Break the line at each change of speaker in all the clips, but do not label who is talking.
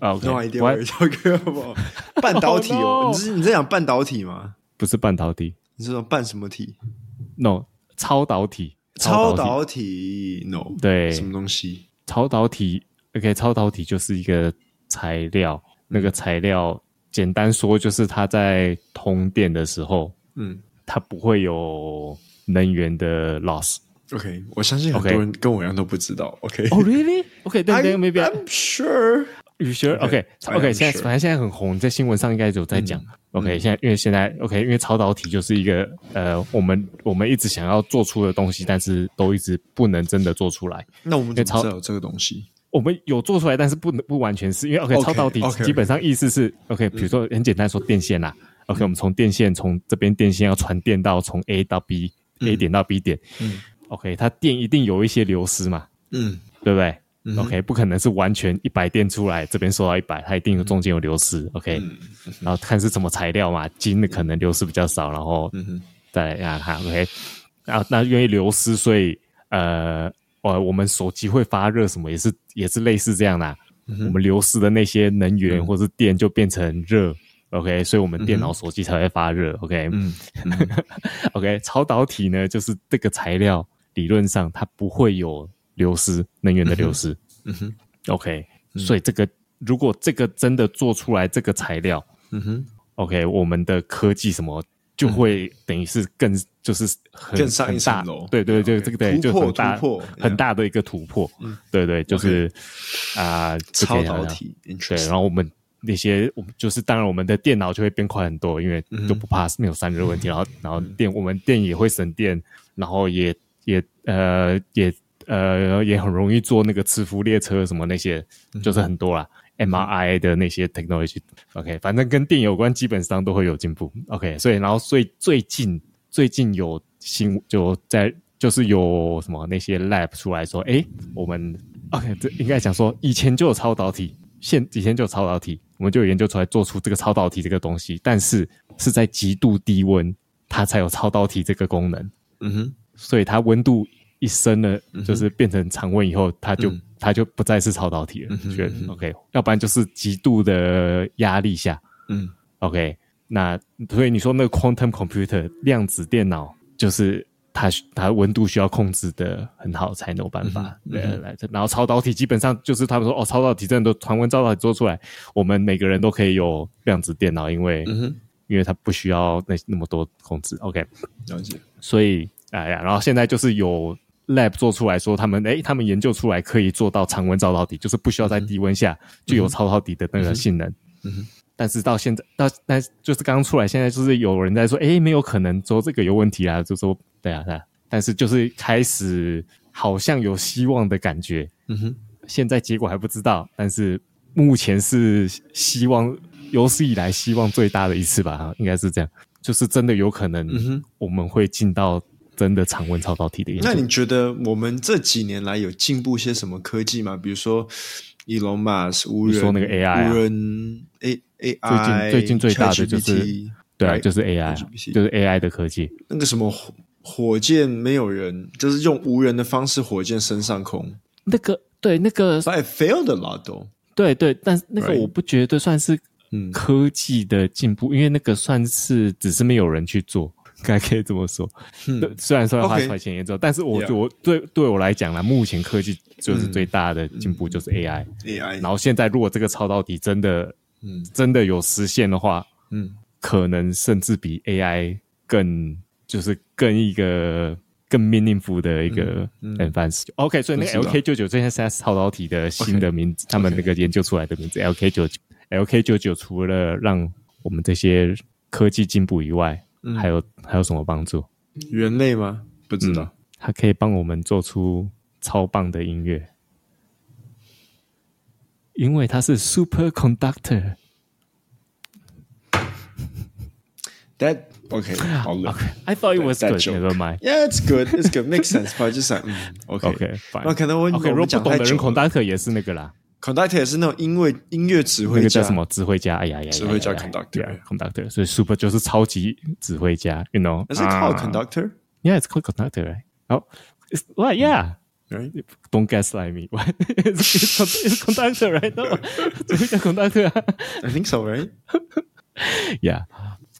啊，OK，
No idea
What？
what you're talking about 半导体
Oh,
哦，
no
你是你在讲半导体吗？
不是半导体
你是说半什么体？
，no，超导体，导
超
体，
导体？No，
对
什么东西？
超导体，OK，超导体就是一个材料，那个材料简单说就是它在通电的时候，
嗯
它不会有能源的 loss。
，OK，我相信很多
OK
人跟我一样都不知道。OK，
哦、r e a l l y o k 对
I'm-
对，maybe I-
I'm sure。
You sure?
Okay,
OK
I am
OK，现在
sure.
反正现在很红，在新闻上应该有在讲。OK，现在
嗯
因为现在 OK，因为超导体就是一个呃，我们我们一直想要做出的东西，但是都一直不能真的做出来。
那我们怎
因为超
么知道有这个东西？
我们有做出来，但是不能不完全是因为 OK,
OK，
超导体
OK，OK 嗯
基本上意思是 OK，比如说很简单说电线啦，OK，我们从电线从这边电线要传电到从 A 到 B、A 点到 B 点，
嗯
OK，它电一定有一些流失嘛，
嗯
对不对、
嗯
o k 不可能是完全一百电出来，这边收到一百，它一定有中间有流
嗯
失。OK，、然后看是什么材料嘛，金的可能流失比较少，然后
嗯哼
再来让它 OK，啊，那因为流失，所以呃，呃，我们手机会发热什么，也是也是类似这样啦。
嗯
我们流失的那些能源或是电就变成热。OK，所以我们电脑、手机才会发热。OK，
嗯
OK，超导体呢，就是这个材料理论上它不会有流失能源的流失。
嗯哼
OK，、所以
嗯
这个如果这个真的做出来这个材料
嗯哼，
，OK，我们的科技什么就会等于是更就是很
嗯更上一层
很大
楼
对对对，
OK，
这个对
突
就
破
很大
突破嗯
很大的一个突破，对对，就是啊、就可
超
以
导
了
体
对，然
，interesting。
后我们那些我们就是当然我们的电脑就会变快很多，因为就不怕没有散热问题，然后然后电我们电也会省电，然后也也呃也呃也很容易做那个磁浮列车什么那些，就是很多啦。MRI 的那些 technology，OK，、反正跟电有关，基本上都会有进步。OK，所以然后所以最近最近有新就在就是有什么那些 lab 出来说，诶，我们 OK，这应该讲说以前就有超导体，现以前就有超导体，我们就有研究出来做出这个超导体这个东西，但是是在极度低温它才有超导体这个功能。
嗯哼，
所以它温度一升了，就是变成常温以后，它就、它就不再是超导体了。觉得 OK，要不然就是极度的压力下
嗯
OK。那所以你说那个 quantum computer 量子电脑，就是它它温度需要控制的很好才能有办法
嗯哼
来、来。然后超导体基本上就是他们说哦，超导体真的都常温哦超导体做出来，我们每个人都可以有量子电脑，因为、
嗯哼，
因为它不需要那那么多控制。OK，
了解。
所以哎呀，然后现在就是有 lab 做出来说，他们哎，他们研究出来可以做到常温超导体，就是不需要在低温下就有超导体的那个性能。
嗯哼
但是到现在，到但就是刚出来，现在就是有人在说，哎，没有可能，说这个有问题啊，就说对啊，对啊。但是就是开始好像有希望的感觉，
嗯哼，
现在结果还不知道，但是目前是希望有史以来希望最大的一次吧，应该是这样，就是真的有可能
嗯哼，
我们会进到真的常温超导体的研究。
那你觉得我们这几年来有进步些什么科技吗？比如说 Elon Musk 无人，
你说那个 AI 啊
无人 A AI，
最近最近最大的就是
ChatGPT
对啊，
right？
就是 AI，
LGBT
就是 AI 的科技。
那个什么火火箭没有人，就是用无人的方式火箭升上空。
那个对，那个
But I failed a lot though。
对对，但是那个
Right
我不觉得算是
嗯
科技的进步，因为那个算是只是没有人去做， 该可以这么说。对，虽然说要花
嗯 OK
花钱也做，但是我
Yeah 嗯
我对对我来讲啦，目前科技就是最大的进步就是 AI。然
AI，
后现在如果这个超导体真的
嗯
真的有实现的话，
嗯
可能甚至比 AI 更就是更一个更 meaningful 的一个 advance。OK，所以那个
我知道
LK 九九现嗯在是超导体的新的名字，他们那个研究出来的名字 LK 九九。LK 九九除了让我们这些科技进步以外，还有还有什么帮助？
人类吗？不知道。
它可以帮我们做出超棒的音乐，因为它是 superconductor。
That okay，好冷。
I thought it was
That
good.
joke.
Never mind.
Yeah, it's good. It's good. Makes sense. But just like, 嗯 OK.
OK，fine
那可能我
OK，
我
如
们
果
讲
不
太
懂的
久
人
了。
，conductor 也是那个啦，
conductor 也是那种音乐音乐指
那
挥
个
家
叫什么指挥家？哎呀呀呀呀，
指挥家 conductor
conductor，conductor，所以 super 就是超级指挥家，you know？
那是 call
啊
conductor？嗯
Yeah, it's called conductor, right? Oh, it's, well, yeah.
Right?
Don't gaslight me. What? It's, it's, con- it's conductor, right? No, 怎么讲 conductor 啊
I think so, right?
？Yeah,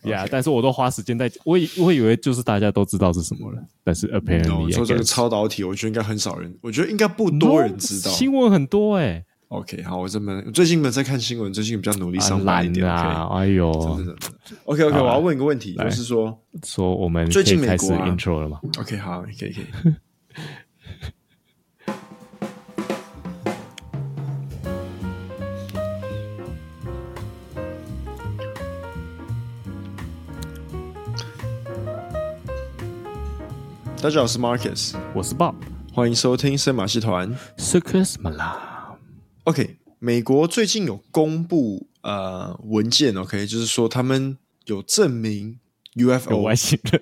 yeah. 但是我都花时间在，我以我以为就是大家都知道是什么了，但是 apparently
我说这
I
个
guess
超导体，我觉得应该很少人，我觉得应该不多人知道
No，。新闻很多哎、
OK，好，我这么最近没有在看新闻，最近比较努力
欸，
上班一
懒
点。
啊，哎呦，
OK，OK，、OK，OK，
好
我
来
要问一个问题，就是说
说我们
最近
可以
美
开始
国啊
intro 了吗？
，OK，好，可以，可以。大家好，我是 Marcus，
我是 Bob
欢迎收听圣马戏团。
Circus m a l a
OK，美国最近有公布呃文件，OK，就是说他们有证明 UFO
有哦外星人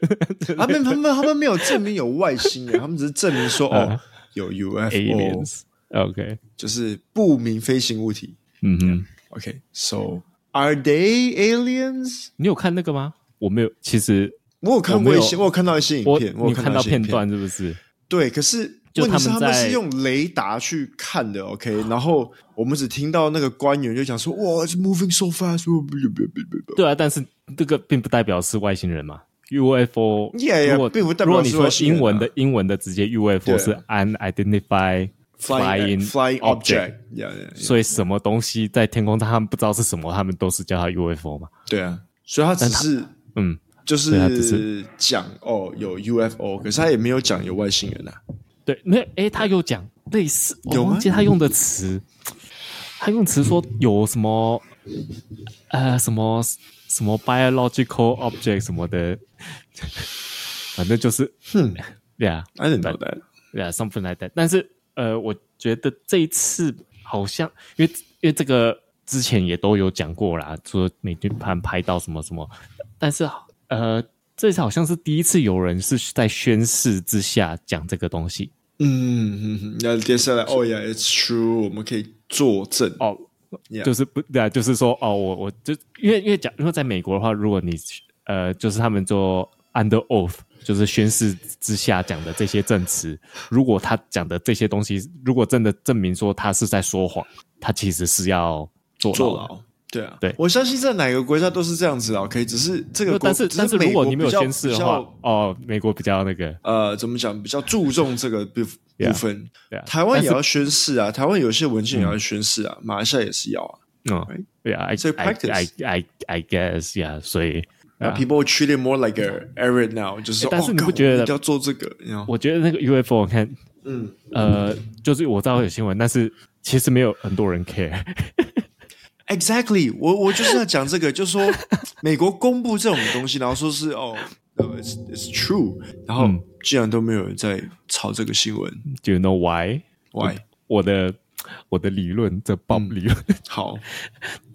他们他们他们没有证明有外星人，他们只是证明说哦有 UFO，
嗯 aliens。OK，
就是不明飞行物体。
哦嗯哼，
OK，so、are they aliens？
你有看那个吗？我没有，其实
我有看
我没
过一
有
些，我有看到一些影
我
片，我
你
有
看
到
到
一些影
片，段是不是？
对，可是。
就
问题是
他
他
们
们
在
是用雷达去看的，OK，然后我们只听到那个官员就讲说，哇，it's moving so fast，
对啊，但是这个并不代表是外星人嘛。UFO，
Yeah, yeah，
如果
并不代
如
表是
果你说
外星人啊
英文的英文的直接 UFO
对
是 unidentified
flying
object，
flying object，yeah, yeah, yeah.
所以什么东西在天空，他们不知道是什么，他们都是叫它 UFO 嘛。
对啊，所以他只是
嗯，
就
对他只
是讲哦有 UFO，可是他也没有讲有外星人啊。
对，没有，诶，他有讲类似，
有
我
吗
忘记他用的词，他用词说有什么，呃，什么什么 biological object 什么的， 反正就是，
哼
对啊，
I didn't know that。
对啊，something like that。但是呃，我觉得这一次好像，因为因为这个之前也都有讲过啦，说美军拍拍到什么什么，但是呃，这次好像是第一次有人是在宣誓之下讲这个东西。
嗯，哼哼那接下来哦呀，It's true，我们可以作证。
哦
Yeah
就是不对啊，就是说哦，我我就因为因为讲，因为在美国的话，如果你呃，就是他们做 under oath，就是宣誓之下讲的这些证词，如果他讲的这些东西，如果真的证明说他是在说谎，他其实是要坐
坐
牢的。
牢。对啊，
对
我相信在哪个国家都是这样子啊。OK，只是这个
那
国，
但是
只
但是如
美
果
国
你没有
比较
宣誓的，
比
话
较，
哦，美国比较那个，
呃，怎么讲，比较注重这个部部
Yeah
分。
对啊，
台湾
但
也
是
要宣誓啊，台湾有些文件也要宣誓啊，马来西亚也是要啊。right？
嗯，对啊，I
So
I I
practice
I I guess yeah，所以
Now people treat it more like a errand now，就是说
但是
哦
你不
干
觉
我
得
一定要做这个？你 know？
我觉得那个 UFO 看
嗯，
呃，就是我知道有新闻，但是其实没有很多人 care。
Exactly，我我就是要讲这个，就 是说美国公布这种东西，然后说是哦、呃 i t s it's true，然后
嗯
竟然都没有人在炒这个新闻
Do you know why？
，why？
我的我的理论，这 Bob 理论，
好，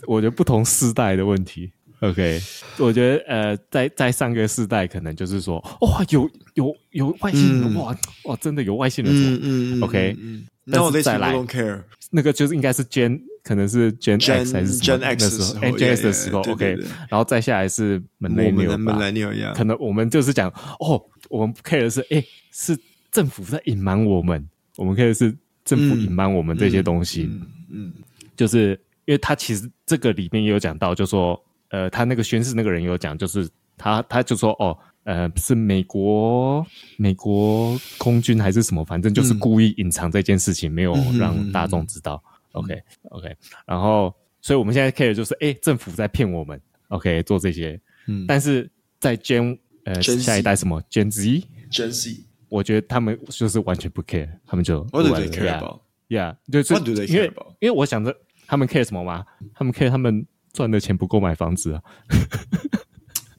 我觉得不同世代的问题。OK，我觉得呃，在在上个世代可能就是说，哇、有有有外星人，
嗯
哇哇，真的有外星人怎么
嗯嗯
OK，
嗯，
但
那
是
我 e
再
people
来
don't care，
那个就是应该是 Gen，可能是 Gen
Gen-
X 还是什么
Gen X
那时
的时候
哎 Gen X 的
yeah,
时候
yeah, 对对
，OK，
对
然后再下来是
我们的
Millennial 吧，
millennial 呀
可能我们就是讲哦，我们不 care 的是，哎，是政府在隐瞒我们，我们 care 的是政府
嗯
隐瞒我们这些东西，
嗯，
就是因为他其实这个里面也有讲到，就说呃，他那个宣誓那个人有讲，就是他他就说哦，呃，是美国美国空军还是什么，反正
嗯
就是故意隐藏这件事情，没有让大众知道。OK OK，然后所以我们现在 care 就是，哎、政府在骗我们，OK 做这些，
嗯
但是在 Gen 呃
Gen Z
下一代什么 Gen Z，
，Gen Z，
我觉得他们就是完全不 care，他们就
what do
完
they
了
care
yeah
about？
Yeah，对，所以
What do they care
因为
about？
因为我想着他们 care 什么嘛？他们 care 他们赚的钱不够买房子啊。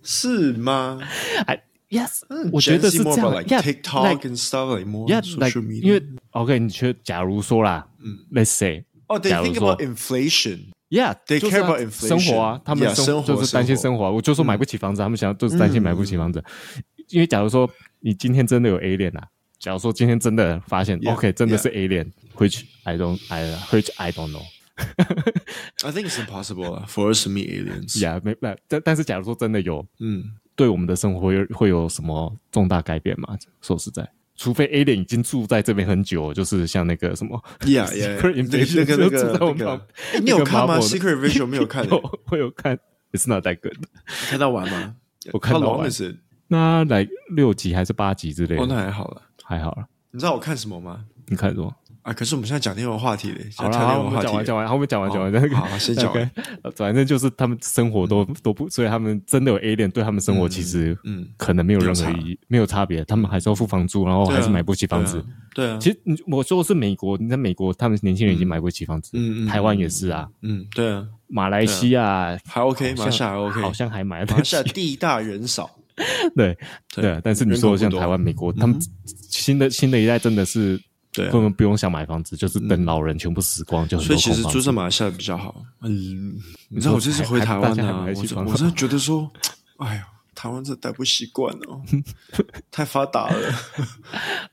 是吗？
哎，Yes，
嗯
我觉
Gen
得
Z
是
more
这样
about。
Yeah，
like TikTok
like-
and stuff like more
Yeah，
social
like，因为
media。
OK，你觉得假如说啦，嗯，Let's say。
哦，they
假如
think
说
about inflation。
Yeah,
They
就是
care
啊
about
生
inflation.
活啊，他们
Yeah，
生
生活嗯
就是担心
生
生活啊。我就说买不起房子，他们想要就是担心买不起房子。因为假如说你今天真的有 A 恋啊，假如说今天真的发现
Yeah，
OK，真的
yeah
是 A 恋，which I don't I which I don't know。
I think it's impossible lah, for us to meet aliens.
Yeah，没那但但是假如说真的有，
嗯，
对我们的生活有会有什么重大改变吗？说实在，除非 A 脸已经住在这边很久，就是像那个什么
Yeah, yeah,
Secret Invasion
哎那个那
就
个
住在我们
那个
旁边。
哎你有
那个
看吗
Marvel 的
？Secret Invasion 没有看
有，我有看，It's not that good。
你看到完吗？
我看到
How long
完
is it？
那来六集还是八集之类
哦，那
的，
还好了。
还好了。
你知道我看什么吗？
你看什么？
啊，可是我们现在讲另外一个话题嘞，
好
讲
啦，
跳
好我
另外一个
们
话
讲
题
完
了。
讲完，好，我们讲完讲完，
好
那个
好先讲完。啊
那个反正就是他们生活都都不，所以他们真的有 A 脸，对他们生活其实
嗯，
可能没有任
没
何
有差
意义，没有差别。他们还是要付房租，然后
对啊
还是买不起房子。
对啊，
其实你我说的是美国，你在美国，他们年轻人已经买不起房子，
嗯嗯
台湾也是啊，
嗯，对啊，
马来西亚
还 OK，
好像
马来西亚还 OK，
好像还买得
马来
起
西亚地大人少，
对
对
对啊，但是你
人口
说
不
像
多嗯
台湾、美国，他们新的新的一代真的是
对啊嗯
根本不用想买房子，就是等老人全部死光，就很
所
多
以其
空
实
房
住
子
在马来西亚比较好。嗯，你知道我这次回台
还
湾
还大家
啊，
还买得
我
起
真
房
我真的觉得说，哎呦，台湾这待不习惯 哦，太发达了，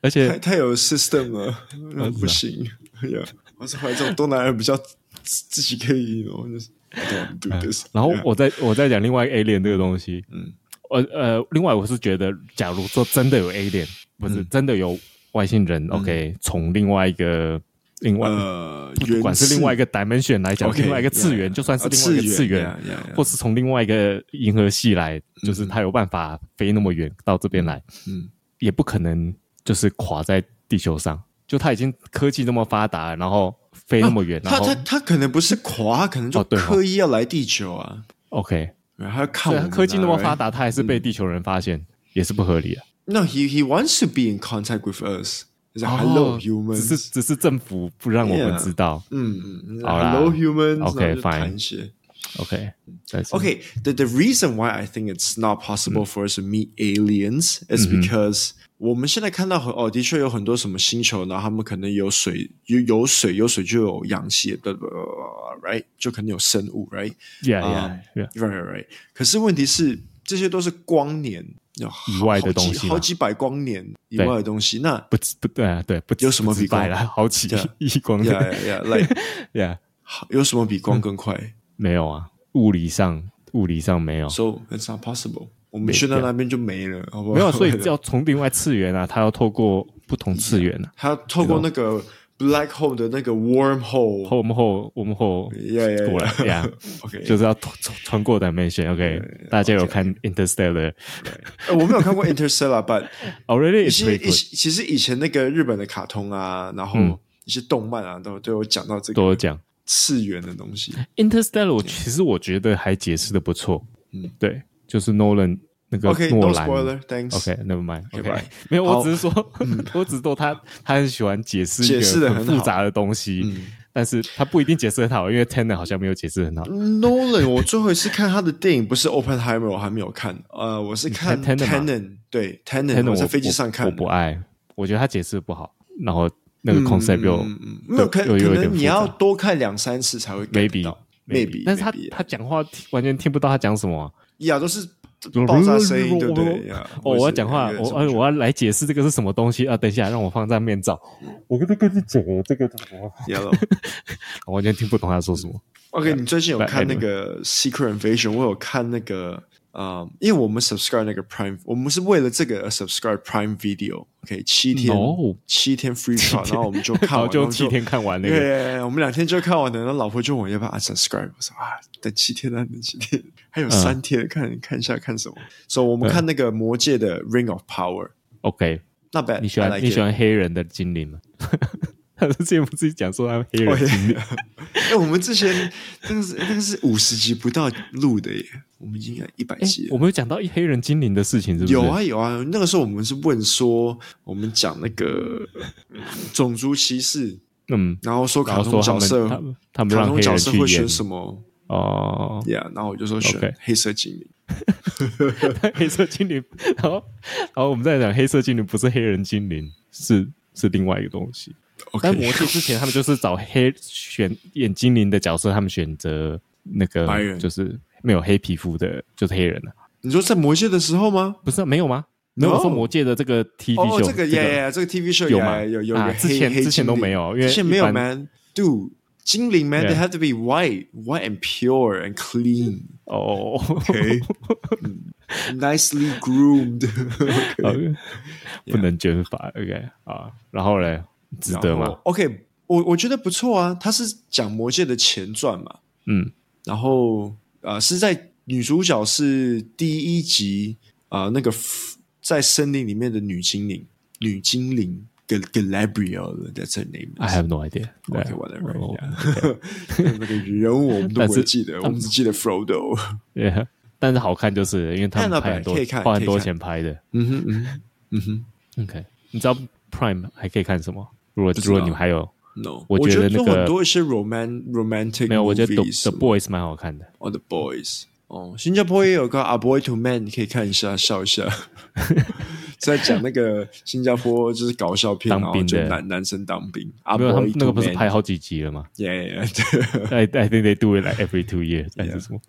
而
太
且
太有 system
哦
了，那
啊
不行。哎呀，我是怀着东南亚人比较自自己可以，我就是 I don't wanna do this。
嗯然后
Yeah，
我再我再讲另外 A 脸这个东西，
啊嗯
呃呃，另外我是觉得，假如说真的有 A 脸，不
嗯
是真的有外星人，OK，从另外一个另外
呃，
不管是另外一
个
个 dimension 来讲，
OK，
另外一个次
yeah,
元，
yeah
就算是
啊
另外一个次
次元
元
yeah, yeah, yeah，
或是从另外一个银河系来，就是它有办法飞那么远到这边来，
嗯，
也不可能就是垮在地球上。就它已经科技那么发达，然后飞那么远，然
他
后
他他可能不是垮，他可能就
哦对哦
刻意要来地球啊，
OK，
然后要看
对
我
啊，
们
科技那么
啊
发达，它还是被地球人发现，也是不合理啊。
No, he he wants to be in contact with us. He's like, hello
哦
humans.
只是只是政府不让我们
Yeah
知道。
嗯嗯
好啦
，hello humans.
OK，
然后就
fine
谈一些
OK，但是
Okay, the the reason why I think it's not possible for us to meet aliens is because 我们现在看到很哦，的确有很多什么星球，然后他们可能有水，有有水，有水就有氧气，对不？Right，就可能有生物，Right。
Yeah
啊
Yeah Yeah，
Right, right, right. 可是问题是，这些都是光年有好
以外的东
好
西
几，
嘛
好几百光年以
对
外的东西。那
不止不对啊，对，不止
有什么
不止
比光
百了？好奇
Yeah
异光
yeah,
的
yeah, yeah, like
，Yeah，
好有什么比光更快
没有啊，物理上物理上没有，
？So it's not possible。我们去到那边就没了，好不 好？
没有，所以要从另外次元啊，它要透过不同次元啊。
他透过那个 black hole 的那个 wormhole，
后我们后我们后
Yeah, yeah, yeah.
过来 呀
OK
就是要穿穿过 dimension。OK，大家有看 Interstellar
呃我没有看过 Interstellar，but
already
一
is
些
pretty
一
good，
些其实以前那个日本的卡通啊，然后一些动漫啊，都都有讲到这
多
个
嗯讲。
次元的东西。
Interstellar 我其实我觉得还解释的不错，
嗯，
对，就是 Nolan 那个
OK，no
诺兰。
spoiler，thanks。
OK，never mind。
Okay, bye
OK，没有，
好嗯
我只是 说，我只是说他他很喜欢解释
解释
一个
得很好嗯
很复杂的东西，但是他不一定解释很好，因为 Tenet 好像没有解释很好。
Nolan，我最后一次看他的电影不是 Oppenheimer，我还没有看，呃，我是看
看 Tenet 吗
Tenon，对
Tenet
Tenon，我在飞机上看
我
的嗯
不爱，我觉得他解释得不好，然后那个 concept 又
没有可
又
可
又有点
能
复
你要
杂
多看两三次才会 get
Maybe，
到
maybe，但是他
maybe
他讲话完全听不到他讲什么啊。
呀都 是爆炸声音，对不对？呀
哦，我要讲话，我哎，我要来解释这个是什么东西啊？等一下，让我放在面罩。我跟他跟你讲哦，这个是什么，
Yellow。
我完全听不懂他说什么。
OK，你最近有
But
看那个《Secret Invasion》？我有看那个，呃，因为我们 subscribe 那个 Prime，我们是为了这个而 subscribe Prime Video。OK，七天
No
七天 free trial，然后我们就
然
看
后
完，
就
然后
七天看完那个，
对，我们两天就看完了。然后老婆就问我要不要按 subscribe，我说啊，等七天啊，等七天， 还
嗯
有三天，看看一下看什么。所、以我们看那个《魔戒》的《Ring of Power》
OK，
，Not bad，
你喜
I
欢
like
你
it
喜欢黑人的精灵吗？他之前不是讲说他黑
哦
人精 灵，
哎、我们之前那个是哎那个是五十集不到录的耶，我们已经一百
哎
集了。
我们有讲到黑人精灵的事情，是不是？
有啊有啊，那个时候我们是问说，我们讲那个嗯种族歧视，
嗯，
然后说
然
卡
后
通
说他
角色
们，他们他们
卡
让黑
通角
人
色
去
会
演
选什么
哦，
？Yeah，然后我就说选
OK
黑色精灵。
黑色精灵，然后然后我们在讲黑色精灵不是黑人精灵，是是另外一个东西。但魔
OK，
界之前，他们就是找黑选演精灵的角色，他们选择那个
白人
就是没有黑皮肤的，就是黑人了、啊
你说在魔戒的时候吗？
不是、啊、没有吗？没有
No
我说魔界的这个 TV
哦，
秀，
这个 Yeah Yeah，这个 TV show
有吗
yeah，有有
啊
有
之
黑
前
黑
之前都
精灵
没有因为
之前
一
没有
般
Man，Dude，精灵 Man，they
Yeah
have to be white，white and pure and clean。
哦。
OK， nicely groomed
不能卷发，OK 啊，然后嘞， 值得
然后
吗？
？OK，我我觉得不错啊，它是讲魔界的前传嘛，
嗯
然后呃是在女主角是第一集啊、呃那个 f- 在森林里面的女精灵，女精灵 Gal- Galadriel，that's her name。
，I have no idea 对。
Okay, whatever.
哦
yeah. 那个人物我们都
但
不
是
会记得，我们只记得 Frodo。
Yeah，但是好看就是因为他
看了
们拍
呗
很多
可以看
花很
可以
多
看
钱拍的。
嗯哼嗯哼嗯哼
OK，你知道 Prime 还可以看什么？如果
知
如果你
道
还有
，No，
我
我
觉得
就
那个
很多一些 roman romantic
没有？我觉得 The The
movies
Boys 蛮好看的。
哦 The Boys。哦，新加坡也有个《A Boy to Man》，你可以看一下，笑一 下。在讲那个新加坡就是搞笑片，
当
然后
兵
就
的
男男生当兵。A
没有，
Boy to
他
Man
们。那个不是拍好几集了吗
Yeah, yeah, yeah.
？I I think they do it like every two years，还是什么？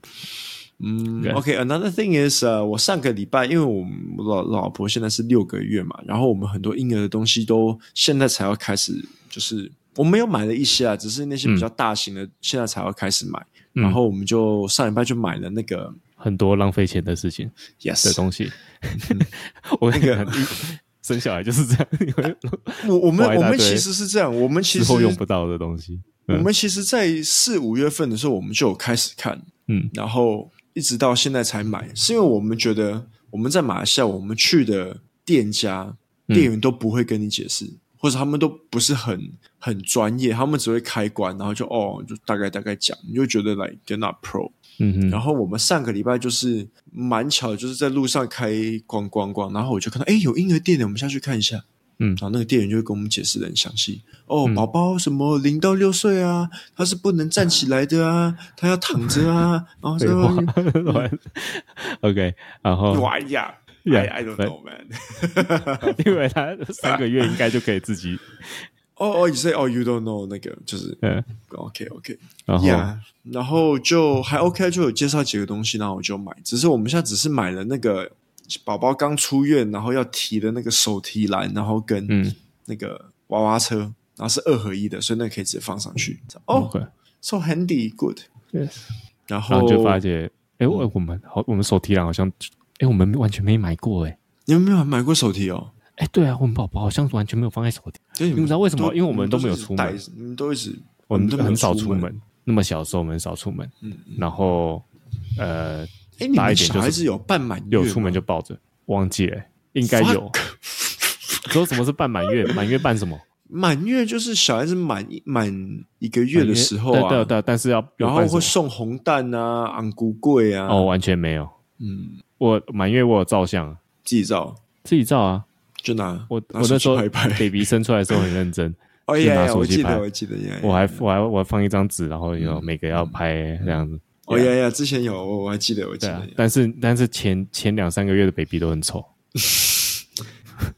嗯
Okay.
，OK，another、thing is，呃，我上个礼拜，因为我们老老婆现在是六个月嘛，然后我们很多婴儿的东西都现在才要开始，就是我们有买了一些啊，只是那些
嗯
比较大型的、现在才要开始买，然后我们就上礼拜就买了那个
很多浪费钱的事情的
Yes，
东西。
嗯
我跟你讲，一生小孩就是这样，因为
我我们
买一
我
大
们
堆
其实是这样，我们 其
之
实
后用不嗯到的东西。
我们其实，在四五月份的时候，我们就有开始看，
嗯，
然后一直到现在才买，是因为我们觉得我们在马来西亚，我们去的店家
嗯
店员都不会跟你解释，或者他们都不是很很专业，他们只会开关，然后就哦，就大概大概讲，你就觉得 like they're not pro。
嗯哼，
然后我们上个礼拜就是蛮巧，就是在路上开逛逛逛，然后我就看到哎有婴儿店的，我们下去看一下。
嗯
然后那个店员就会跟我们解释的很详细哦，宝宝什么零到六岁啊，他是不能站起来 的啊，他要躺着啊，然后
废
说
话 ，OK，然后
哇呀
Yeah,
I I don't
but-
know man。
因为他三个月应该就可以自己，
哦哦，你 say 哦 you don't know 那个就是
嗯，
OK OK
然后
yeah，然后就还 OK，就有啊介绍几个东西，然后我就买。只是我们现在只是买了那个宝宝刚出院，然后要提的那个手提篮，然后跟
嗯
那个娃娃车，然后是二合一的，所以那个可以直接放上去。哦、
OK
so handy good。
Yes
然后
然后就发觉，哎，我我们好，我们手提篮好像，哎，我们完全没买过，哎，
你们没有买过手提哦？
哎，对啊，我们宝宝好像完全没有放在手提，
就是
你们知道为什么
都
因为我们都没有
一直
出门
带着，你们都一直
我们
都没有
很少
出嗯
出。门，那么小的时候我们很少出门，然后呃，
哎，你
大一点
们小
就是
孩子有半满月
有
吗？
出门就抱着，忘记了，应该 有。你说什么是办满月？满月办什么？
满月就是小孩子满一满一个月的时候
对
啊，
对对，但是要有
然后
办什
会
么
送红蛋啊、昂古贵啊，
哦，完全没有。
嗯，
我满月我有照相，
自己照，
自己照啊。
就拿
我
拿
我那时候
手机拍一拍，
baby 生出来的时候很认真，
哦
就拿
呀呀，
手
我
机
记
拍
得我记得呀，
我还我还我还放一张纸，然后有
嗯
每个要拍这样子。
哦呀呀，之前有我我还记得我记
啊对
得
啊，
呀，
但是但是前前两三个月的 baby 都很丑，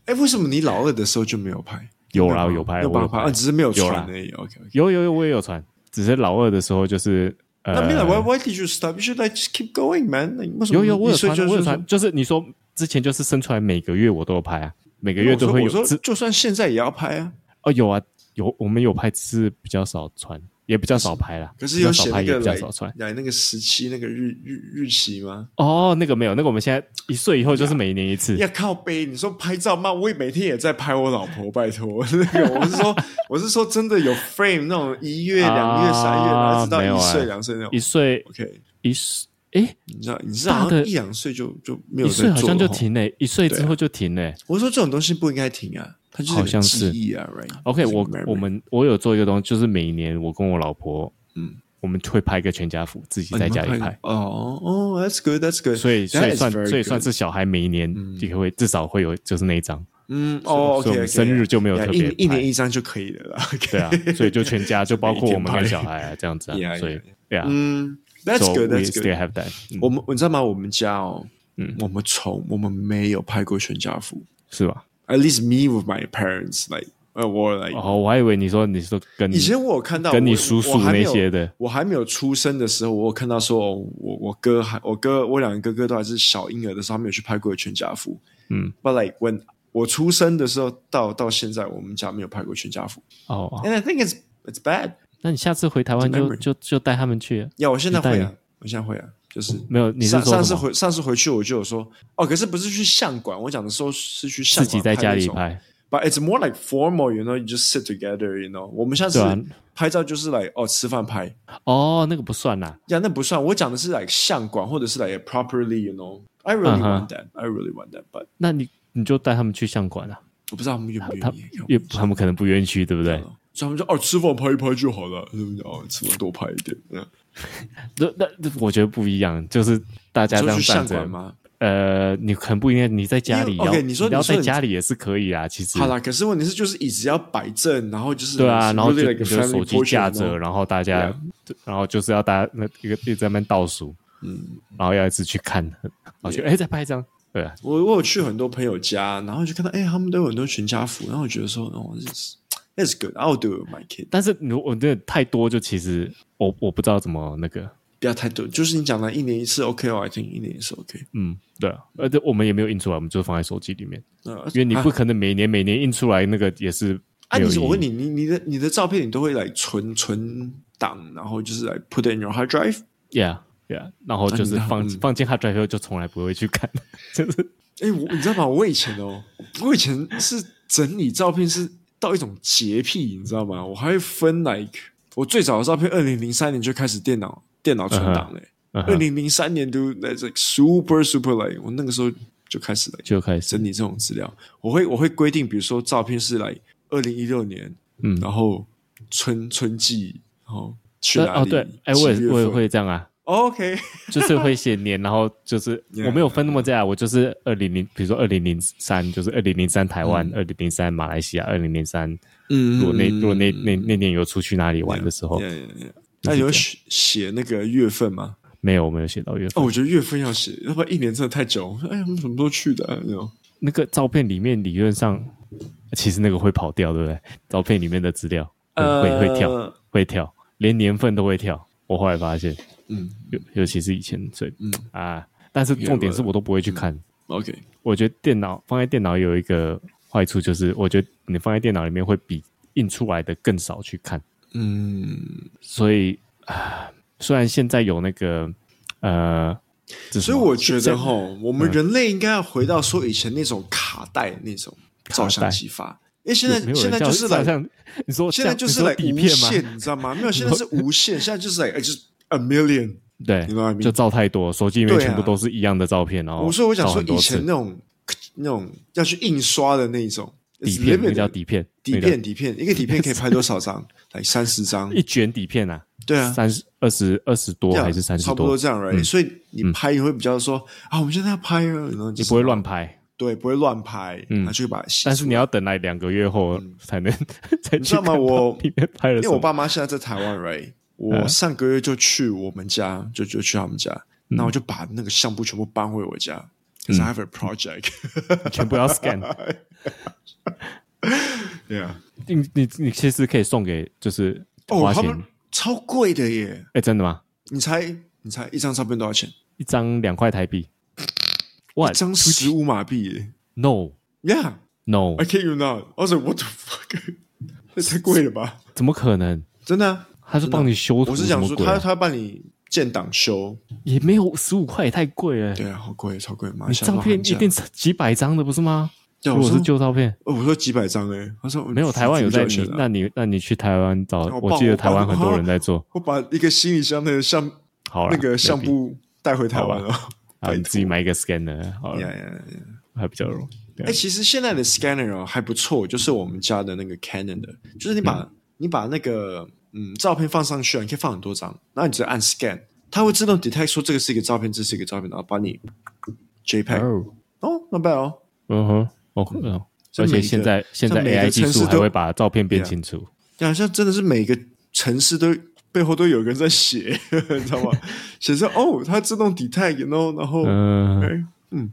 哎，为什么你老二的时候就没有拍？
有啦
没
有拍
有
我
帮
有
拍，
拍
啊只是没有
有
传
啦
而已。OK OK，
有有有我也有传，只是老二的时候就是呃
那没有，Why Why did you stop? You should like just keep going, man. Like, 为什么
有有我有
你睡
传啊
觉
我有
就
传，就是你说之前就是生出来每个月我都有拍啊，每个
是
月都会有
我说我
只
说就算现在也要拍啊，
哦有啊有我们有拍，只是比较少传，也比较少拍啦，
可是
比较
有
少
写
拍
那
也
个
比较少
来
传。
来那个时期那个日日日期吗？
哦，那个没有，那个我们现在一岁以后就是每年一次。
要靠背，你说拍照嘛？我也每天也在拍我老婆，拜托。 那个我是 说，我是说真的有 frame 那种一月、
啊
两月、三月，然后一直到
没有
一岁、
啊
两岁那种
一。岁
OK，
一岁，诶，
你知道，你知道，
大
好
的
像一两岁就就没有
一
在
岁
做哦啊
好像就
了吼。
停嘞，一岁之后就停嘞。
我说这种东西不应该停啊，它就是
好像
一个
是
记忆啊，right？
OK，
就是
我
memory
我们我有做一个东西，就是每一年我跟我老婆，
嗯，
我们会拍一个全家福，自己
哦
在
你们
家里
拍
拍。
哦哦，That's good，That's good。
所以所以算所以算
good
是小孩每一年也会至少会有就是那一张，
嗯哦
所以我
，OK，
们生日就没有特别
一一
拍
年一张就可以了啦。
对啊，所以就全家就包括我们
每
跟
一天拍
小孩啊这样 子
Yeah,
啊，
yeah,
所以对啊
嗯 That's
，so we
good，That's good。
still have that，嗯
我们你知道吗？我们家哦，嗯，我们从我们没有拍过全家福
是吧？
，at least me with my parents like，呃，我 like，、
哦，我还以为你说你说跟
以前我有看到
跟你
我
叔叔
我还没有
那些的
我还没有出生的时候，我有看到说，哦我我哥还我哥我两个哥哥都还是小婴儿的时候，他们有去拍过全家福，
嗯
，but like when 我出生的时候到到现在，我们家没有拍过全家福
哦，哦
，and I think it's it's bad。
那你下次回台湾
嗯 It's a
就
memory
就就带他们去啊，
呀，我现在
你带
会
你
啊，我现在会啊，就是
没有你是
上
说
上
什
次
么
回上次回去我就有说哦，可是不是去相馆，我讲的时候是去相
自
馆
己在家里
拍那种。
拍，
But it's more like formal, you know. You just sit together, you know. 我们下次
对啊
拍照就是来、哦，吃饭拍
哦，那个不算啦。
呀那不算。我讲的是来、相馆或者是来、properly, you know. I really
嗯哼
want that.、I really want that. But
那你你就带他们去相馆啊，
我不知道他们愿不愿
他
意。看我
也他们可能不愿意去，对不对？
所以他们就哦，吃饭拍一拍就好了。他们就哦，吃饭多拍一点。嗯
那那那我觉得不一样，就是大家这
你说
样站
去相馆
着，
吗？
呃，你很不一样，你在家里
因
要
为 OK，你说
要
你说
在
你
家里也是可以啊，其实
好啦，可是问题是就是椅子要摆正，然后就是
对啊，然后
really
就
like
你
a
就
family
手机
portrait，
架
然
着，
后
然后大家
Yeah，
就然后就是要大家那一个一直在那边倒数，嗯，然后要一直去看，然后就哎再拍一张，对啊，
我我有去很多朋友家，然后就看到哎、他们都有很多全家福，然后我觉得说哦，this is that's good. I'll do it with my kid.
但是如果真的太多，就其实我我不知道怎么那个，
不要太多，就是你讲的一年一次 OK 哦，I think 一年一次 OK。
嗯，对啊，而且我们也没有印出来，我们就放在手机里面，
那
因为你不
啊，
可能每年每年印出来那个也是
啊
没有
你
意义
我问你，你你的你的照片你都会来存存档，然后就是来 put it in your hard drive。
，yeah yeah，然后就是
啊你
放、
嗯
放进 hard drive 后就从来不会去看，就是
哎、我你知道吗？我以前哦，我以前是整理照片是到一种洁癖，你知道吗？我还会分 like 我最早的照片，二零零三年就开始电脑电脑存档嘞、
嗯
二
哼
零零三年都 that's like super super like 我那个时候就开始来
就开始
整理这种资料，我会我会规定，比如说照片是来二零一六年，
嗯
然后春春季，然后去
对
哪
哦
里？
对，哎、我
几
也
月份
我也会这样啊，
哦，OK，
就是会写年，然后就是
Yeah.
我没有分那么在啊，我就是二零零，比如说二零零三，就是二零零三台湾，二零零三马来西亚，二零零三，
嗯
如果那
嗯
如果那那那年有出去哪里玩的时候，
Yeah, yeah, yeah. 那你有写写那个月份吗？
没有没有写到月份
哦，，我觉得月份要写，要不然一年真的太久。我说哎，我们什么时候去的、啊？那种
那个照片里面理论上其实那个会跑掉，对不对？照片里面的资料会、
呃
会会跳会跳，连年份都会跳，我后来发现，
嗯，
尤尤其是以前最嗯啊，但是重点是我都不会去
嗯
看。
OK，
我觉得电脑放在电脑有一个坏处，就是我觉得你放在电脑里面会比印出来的更少去看，
嗯，
所以啊，虽然现在有那个呃，这是什
所以
么
我觉
现
得哈，我
嗯
们人类应该要回到说以前那种卡带那种照相技法，因为现在
有没有
现
人
在就是
像
来，
像你说
现在就是
像
来
你说底
无
片吗？
限，你知道吗？没有，现在是 无限，现在就是来，哎，就是 a million。
对
你知道吗，
就照太多，手机里面
对啊
全部都是一样的照片，然后
我说我想
照
说
很多
以
次
前那种那种要去印刷的那种
底片，那个叫
limited
底片，
底
那个
片底片，一个底片可以拍多 少张？来三十张，
一卷底片啊，
对啊，
三十二十二十多
这样
还是三十
差不多
多，嗯
这样而已。所以你拍你会比较说啊，我们现在要拍了，然后
你
你
不会乱拍，
对，不会乱拍，嗯，他就会把它洗
但是
出
你要等来两个月后才能才
嗯你
去
知道
看
吗？
到
我
里面拍了
因
什
为我
么。
爸妈现在在台湾，right？我上个月就去我们家，就就去他们家，
嗯
那我就把那个相簿全部搬回我家。Cause I have a project.
全部要 scan。
yeah.
你你你其实可以送给就是
哦，
花
他
钱，哎、
们超贵的耶！
真的吗？
你猜，你猜一张照片多少钱？
一张两块台币
一
？What？
张十五马币耶。
No
Yeah,
No，
I kid you not. I was like, what the fuck？这 太贵了吧？
怎么可能？
真的啊。
他是帮你修图，
我是想说
什么鬼啊
他他帮你建档修，
也没有十五块，也太贵了。
对啊，好贵，超贵，马
你
来西亚
照片
乱
一
讲
定是几百张的，不是吗？
对，
如
我
果
说
是旧照片，
哦我说几百张哎，他说
没有台湾有在你
选，，
那你那你去台湾找，
我
我
帮
记得
我
台湾
帮
很多人在做。
我把一个行李箱的相
好了，
那个相
maybe
簿带回台湾了，
啊，你自己买一个 scanner 好
呀
了，
呀呀！
还比较容易。对啊
哎，其实现在的 scanner 哦还不错，就是我们家的那个 Canon 的，就是你
嗯
把你把那个嗯照片放上去啊，你可以放很多张，然后你只按 scan，它会自动 detect 说这个是一个照片，这是一个照片，然后把你 JPEG
哦，
哦，not bad 哦。
嗯哼，哦，
所
而
以
且
每个
现在现在
像每个
AI 技
城市
术
都
还会把照片变清楚。
好像真的是每个城市都背后都有人在写， 你知道 吗？写说哦，它自动 detect，然后然后，
嗯
哎，嗯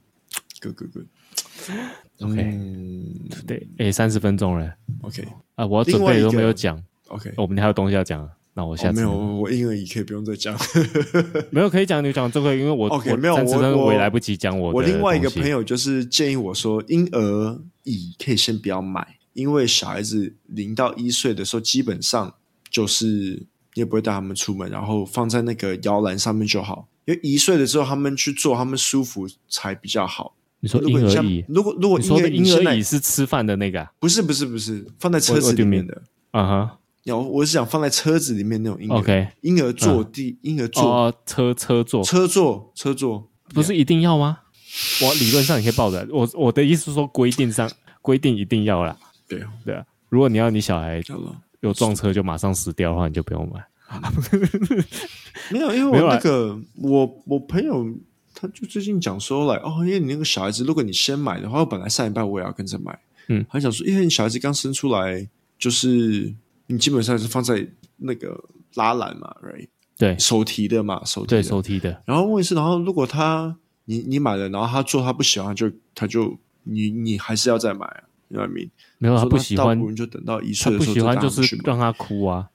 ，good good good，
，OK，
嗯
对，哎，三十分钟了
，OK
啊，我要
另
准
外一
备
个
都没有讲，
OK，
我们还有东西要讲啊，那我
哦
下
没
次
有，我婴儿椅可以不用再讲。
没有可以讲，你讲这个，因为我
OK，
我
没有
30
我
分钟
我
我也来不及讲我
我
的
另外一个
东西
朋友就是建议我说，婴儿椅可以先不要买，因为小孩子零到一岁的时候，基本上就是你也不会带他们出门，然后放在那个摇篮上面就好。因为一岁了之后，他们去做，他们舒服才比较好。
你说
如果
婴
你像
儿椅，
如果如果
你说的
婴
婴
现
儿
在
椅是吃饭的那个啊
不是不是不是放在车
What-
子
what do
里
you
面的，
啊哈
然后我是想放在车子里面那种婴儿
，OK，
婴儿坐地、婴儿坐、
嗯哦，车车座
车座车座，
不是一定要吗？我理论上你可以抱着，我我的意思是说规定上规定一定要啦，
对哦，
对啊。如果你要你小孩
好了，
有撞车就马上死掉的话，你就不用买。
没有，因
没
为
有
我
啊
那个我我朋友他就最近讲说来哦，因为你那个小孩子，如果你先买的话，我本来上一半我也要跟着买，
嗯，
他想说，因为你小孩子刚生出来，就是你基本上是放在那个拉篮嘛，right，
对
手提的嘛，手提
对，
的，
手提的，
然后问题是，然后如果他你你买了，然后他做他不喜欢，就他就你你还是要再买、啊，你 I mean？
没有他
说
不
那
喜
倒
欢
不，如就等到一
他
岁的
不
时候
喜欢
再带
就
他们
是
去嘛
让他哭啊，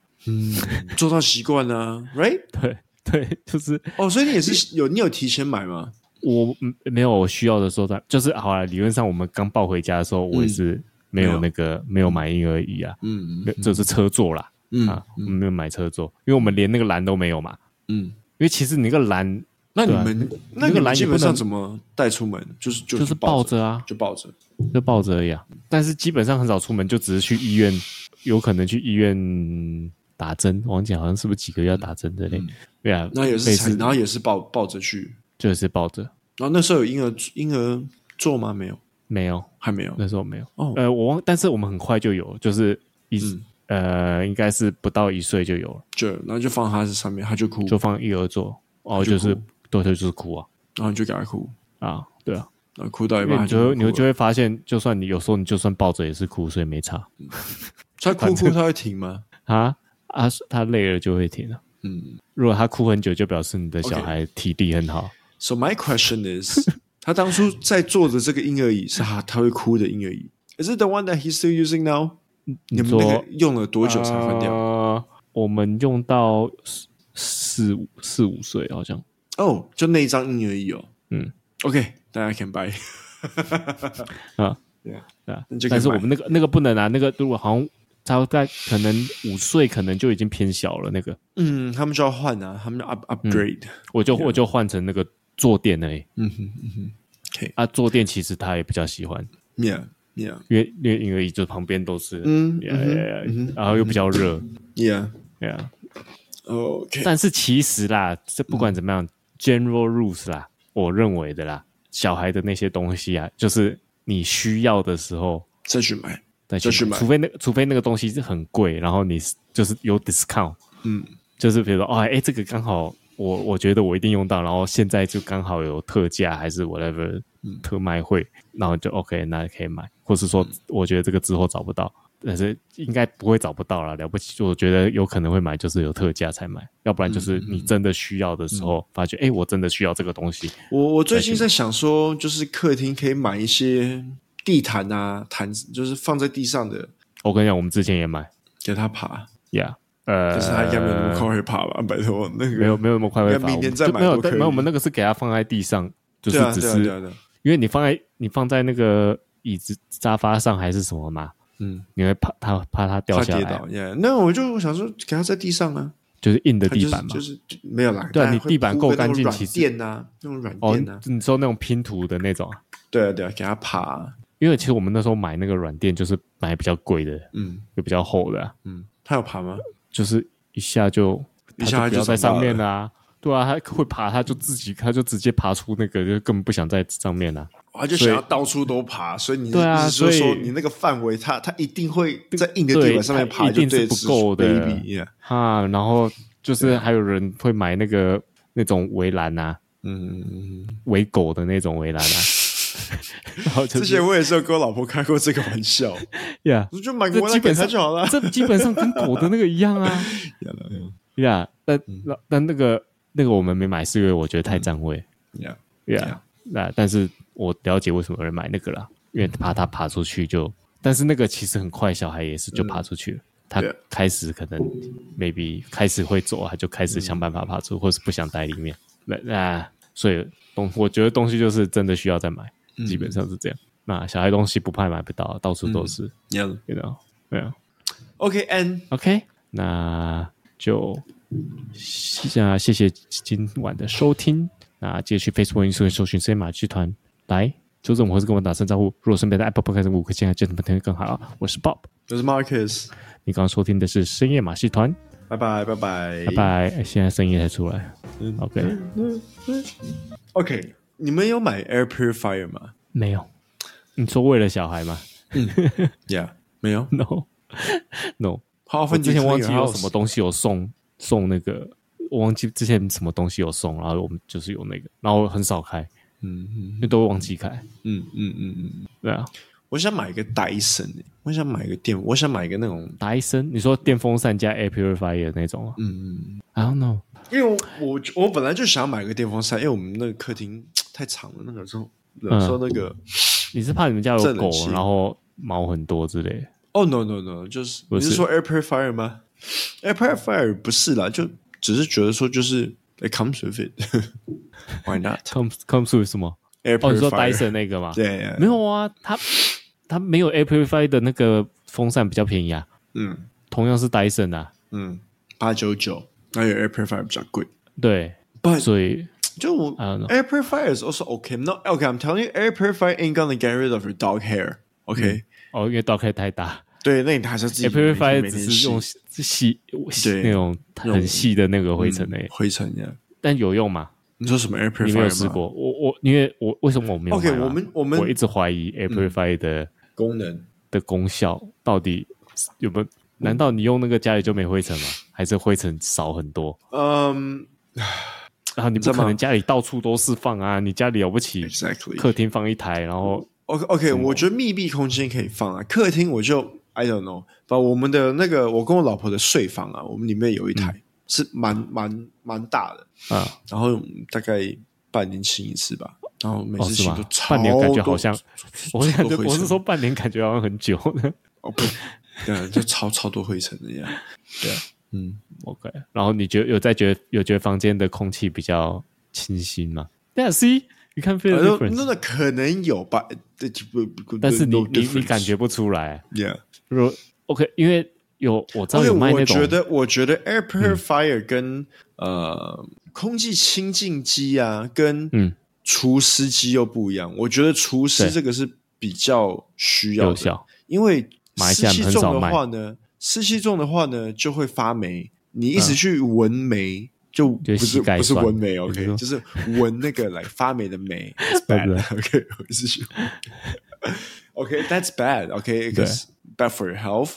做到习惯呢、啊、，right？
对 对，就是
哦，所以你也是有你有提前买吗？
我嗯没有我需要的时候他就是好了。理论上我们刚抱回家的时候，我也是没
没
有
有
那个嗯没有买婴儿椅啊，
嗯
没有就是车座啦
嗯
啊，我们没有买车座，因为我们连那个栏都没有嘛。
嗯，
因为其实你那个栏
那你
对啊
们、
那个
那你们
篮
基
也不
本上
能
怎么带出门？就是就
就是
抱
抱着啊，
就抱着。
就抱着而已啊。但是基本上很少出门，就只是去医院，有可能去医院打针。王姐好像是不是几个月要打针之类？对啊，
嗯那也是
每
才，
次
然后也是抱抱着去。
就是抱着，
然后那时候有婴儿婴儿坐吗？没有，
没有
还没有。
那时候没有。
哦
呃，我忘，但是我们很快就有，就是一、
嗯
呃，应该是不到一岁就有了，
就然后就放他上面，他就哭，
就放育儿座，哦，就
就哭
是对对，就是哭啊
然后你就给他哭，
啊，对啊，
然后哭到一
因为
半
你
他
就会
就
你就
觉得，
就会发现，就算你有时候你就算抱着也是哭，所以没差
他哭哭他会停吗？
啊啊，他累了就会停了、
嗯。
如果他哭很久，就表示你的小
OK
孩体力很好。
So my question is，他 当初在坐的这个婴儿椅是他他会哭的婴儿椅，Is it the one that he's still using now？你们
说
那个用了多久才换掉？
呃我们用到四四五四五岁，好像
哦，就那一张婴儿椅哦。
嗯
，OK，大家 can buy。
啊，
对啊，
对啊
那就可以
但是
买
我们那个那个不能啊，那个如果好像他在可能五岁，可能就已经偏小了。那个
嗯，他们就要换啊，他们要 up upgrade。
我就我就换成那个坐垫而已。
嗯哼嗯哼
啊，坐垫其实他也比较喜欢，
，Yeah
嗯
Yeah
因为因为因为就旁边都是，
嗯
呀呀呀然后又比较热，
Yeah
对啊。
OK。
但是其实啦，这不管怎么样、g e n e r a l rules 啦，我认为的啦，小孩的那些东西啊，就是你需要的时候
再去买。
再
再去
去买，
买
除非那个除非那个东西是很贵，然后你是就是有 discount，
嗯，
就是比如说哦，哎，这个刚好我我觉得我一定用到，然后现在就刚好有特价还是 whatever
嗯
特卖会，然后就 OK，那可以买，或是说我觉得这个之后找不到。但是应该不会找不到了，了不起，我觉得有可能会买，就是有特价才买，要不然
嗯
就是你真的需要的时候，发觉哎、诶我真的需要这个东西，
我我最近在想说，就是客厅可以买一些地毯啊，毯子就是放在地上的，
我跟你讲，我们之前也买
给他爬。
，Yeah，呃，
可是他应该没有那么快会爬吧？拜托，那个
没有没有那么快会
要
发，
明
我
天
们
再
就
买
没有
都可
但没有，
以
我们那个是给它放在地上，就是
对啊
只
对啊
是、
对啊对啊，
因为你放在你放在那个椅子沙发上还是什么嘛，
嗯，
你会怕它怕它掉
怕
下
跌
来
倒，Yeah，那我就想说给他在地上啊，
就是硬的
它就
地
是
板嘛。
就是没有啦，
对啊
当然
你
会
地板
铺
够
个那
干
种
净
软
其实
垫呐，那种软
哦
垫呐，，
你说那种拼图的那种啊，
对啊对啊，给他爬啊，
因为其实我们那时候买那个软垫就是买比较贵的，
嗯
就比较厚的啊、
嗯，他有爬吗？
就是一下就
一下
它
它
就
就
不要在
长
上
大
面啦、对啊，它会爬，它就自己，它就直接爬出那个，就根本不想在上面啊啦、
他就想要到处都爬，所以你
对啊
意思就是
所
说
以
你那个范围，它它一定会在硬的
对
地板上面爬，
它一定
就对
是不够的
baby，
啊，然后就是
啊
还有人会买那个那种围栏啊，
嗯嗯嗯，嗯
围狗的那种围 栏啊，然后就
之
是
前我也是有跟我老婆开过这个玩笑，
呀，
我就买个
这
围
基
栏给
本
他
上
就好了。
这基本上跟狗的那个一样 啊
Yeah, yeah,
呀，但
嗯
那但那个那个我们没买，是因为我觉得太占位
yeah.
呀，那但是我了解为什么有人买那个啦，因为怕它爬出去就，但是那个其实很快，小孩也是就爬出去
嗯
了。他
对
开始可能 maybe 开始会走，啊他就开始想办法爬
嗯
出，或是不想待里面。那那所以东，我觉得东西就是真的需要再买，
嗯
基本上是这样。那小孩东西不怕买不到，到处都是，
嗯 Yeah.
you know，对啊。
OK，and
OK，那就那谢谢今晚的收听。那记得去 Facebook、Instagram 搜寻“飞马剧团”来纠正我，或是跟我打声招呼。如果顺便在 Apple Podcast 五颗星，还真的朋友更好啊！我是 Bob，
我是 Marcus，
你刚刚收听的是深夜马戏团，
拜拜拜拜
拜拜！哎现在声音才出来。OK，
OK，你们有买 air purifier 吗
没有，你说为了小孩吗
？Yeah，没有。
？No，No。
How
我
often do
之
you
前
clean
忘
your
记有什么
house？
东西有送送那个，我忘记之前什么东西有送，然后我们就是有那个，然后我很少开，嗯，因为都会忘记开，
嗯嗯嗯嗯，
对啊。
我想买一个 Dyson，欸我想买一个电，我想买一个那种，
达森，你说电风扇加 air purifier 那种啊？嗯嗯，I don't know，
因为我我我本来就想买一个电风扇，因为我们那个客厅太长了，那个时候有时候那个。
你是怕你们家有
正
狗
冷，气
然后毛很多之类的？
哦、n o no no，就是
不
你
是
是说 air purifier 吗？air purifier 不是啦，就只是觉得说就是 it comes with it，why not
comes comes with 什么？
air
哦，你说
purifier？、
Dyson 那个吗？
对啊
没有啊，它它没有 air purifier 的那个风扇比较便宜啊，
嗯
同样是 Dyson 啊，
嗯，八九九，那有 air purifier 比较贵
对，
，but
所以
就我
I don't know
air purifier is also okay. No, okay, I'm telling you, air purifier ain't gonna get rid of your dog hair. OK，、
哦，因为 dog hair 太大
对，那你还是要自己
，air
每天
purifier
每
只
天
是
洗
用细细
对
那种
种
很细的那个灰尘诶，
灰尘呀。
但有用吗？
你说什么 air purifier
你没有试
吗
过？我我因为我为什么我没有
OK，
买嘛
我们我们嗯
我一直怀疑 air purifier 的。
功能？
的功效到底有没有？难道你用那个家里就没灰尘吗？还是灰尘少很多？
嗯、
然后你不
这么
可能家里到处都是放啊！你家里了不起
e x a c t l y
客厅放一台，然后
OK OK，我觉得密闭空间可以放啊，客厅我就 I don't know，把我们的那个我跟我老婆的睡房啊，我们里面有一台、是蛮蛮蛮大的，
嗯啊，
然后大概半年清一次吧，然后每
哦
次
是
清
吗
都？超
半年感觉
多
好像，我是感觉
超多灰
我
尘
是说半年感觉好像很久呢。
哦不，对啊，就超超多灰尘的呀， 对啊，嗯，
OK，然后你觉得有在觉得有觉得房间的空气比较清新吗？Yeah, see, you can feel the
反正那
difference.
那可能有吧，这不不，
但是你
no
你你
difference
感觉不出来。
yeah。
如果 OK，因为有我知道有卖
我
那种嗯
觉得，我觉得 air purifier 跟、呃空气清净机啊，跟
嗯
除湿机又不一样。我觉得除湿
对
这个是比较需要
有
的，
效，
因为
马来西
湿
亚
气
很
重
少
的
卖
话呢，湿气重的话呢就会发霉，你一直去闻霉。就不
嗯膝
是
盖
不是
酸
闻霉
你
，OK，
说
就是闻那个 like 发霉 的霉，it's
对不
bad，OK，我 一直去 Okay, that's bad. Okay, because bad for your health.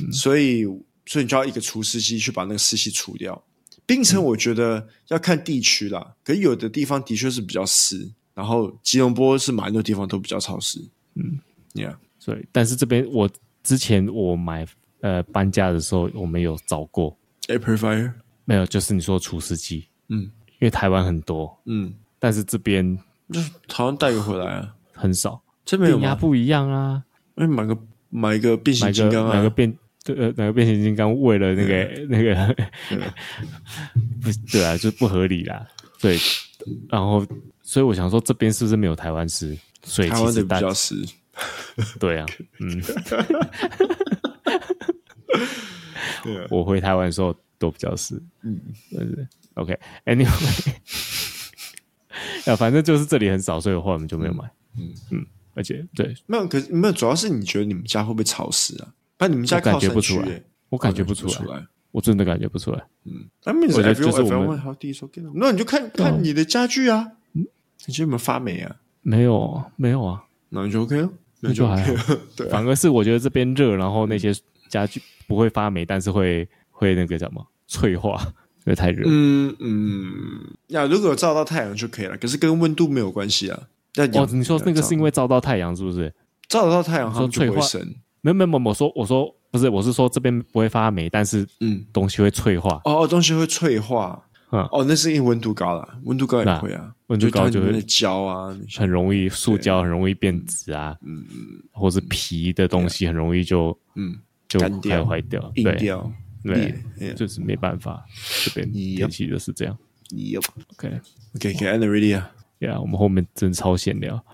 嗯
所以，所以你就要一个除湿机去把那个湿气除掉。冰
嗯
城我觉得要看地区啦，可是有的地方的确是比较湿，然后吉隆坡是蛮多地方都比较潮湿。嗯，Yeah，
所以，但是这边我之前我买呃搬家的时候，我们有找过，
air purifier，
没有，就是你说除湿机，
嗯，
因为台湾很多，
嗯，
但是这边
就是台湾带个回来啊，
很少，
这边有
电压
吗？
不一样啊，
哎，买个买一个变形
买
金
个
刚
买个
啊，
变对呃买个变形金刚为了那个 那个不对啊，就不合理啦，对，然后所以我想说这边是不是没有台湾湿，所以
台
其
湾
实
的比
大
较湿。
对 啊，嗯，
对啊
我回台湾的时候都比较湿，嗯，对对，OK，Anyway，啊，反正就是这里很少，所以后来我们就没有买，嗯嗯，而且对
没有，可是没有，主要是你觉得你们家会不会潮湿啊？那你们家
我感
靠
觉
山
不
区
出来
耶，
我感觉不出
出
来，
来。
我真的感觉不出来，
那 means
我觉得就是
everyone
我
everyone
们哦
how do you so get？那你就看看你的家具啊，你觉得有没有发霉啊？
没有没有啊，
那你就 OK 了，那你
就
OK
还
了。对啊，
反而是我觉得这边热，然后那些家具不会发霉，但是会会那个叫什么脆化， 因为太热，
嗯嗯，那如果有照到太阳就可以了，可是跟温度没有关系啊。那
哦
阳，
你说那个是因
照
为照到太阳是不是？
照得到太阳，它们就不
你
会
说
生。
没有没有，没有我说我说不是，我是说这边不会发霉，但是
嗯
东西会脆化，
哦，哦东西会脆化。
嗯
哦，那是因为温度高了，温度高也
那
会啊，
温度高就会
它里面的胶啊，那些
很容易塑胶很容易变质啊，嗯嗯，或是皮的东西很容易就
嗯
就
干掉
开坏掉，
硬
对
掉。
对，
Yeah, yeah.
就是没办法，这边
Yep
天气就是这样。
Yep，OK，OK，and
OK，
ready 啊。
对啊，我们后面真的超闲聊。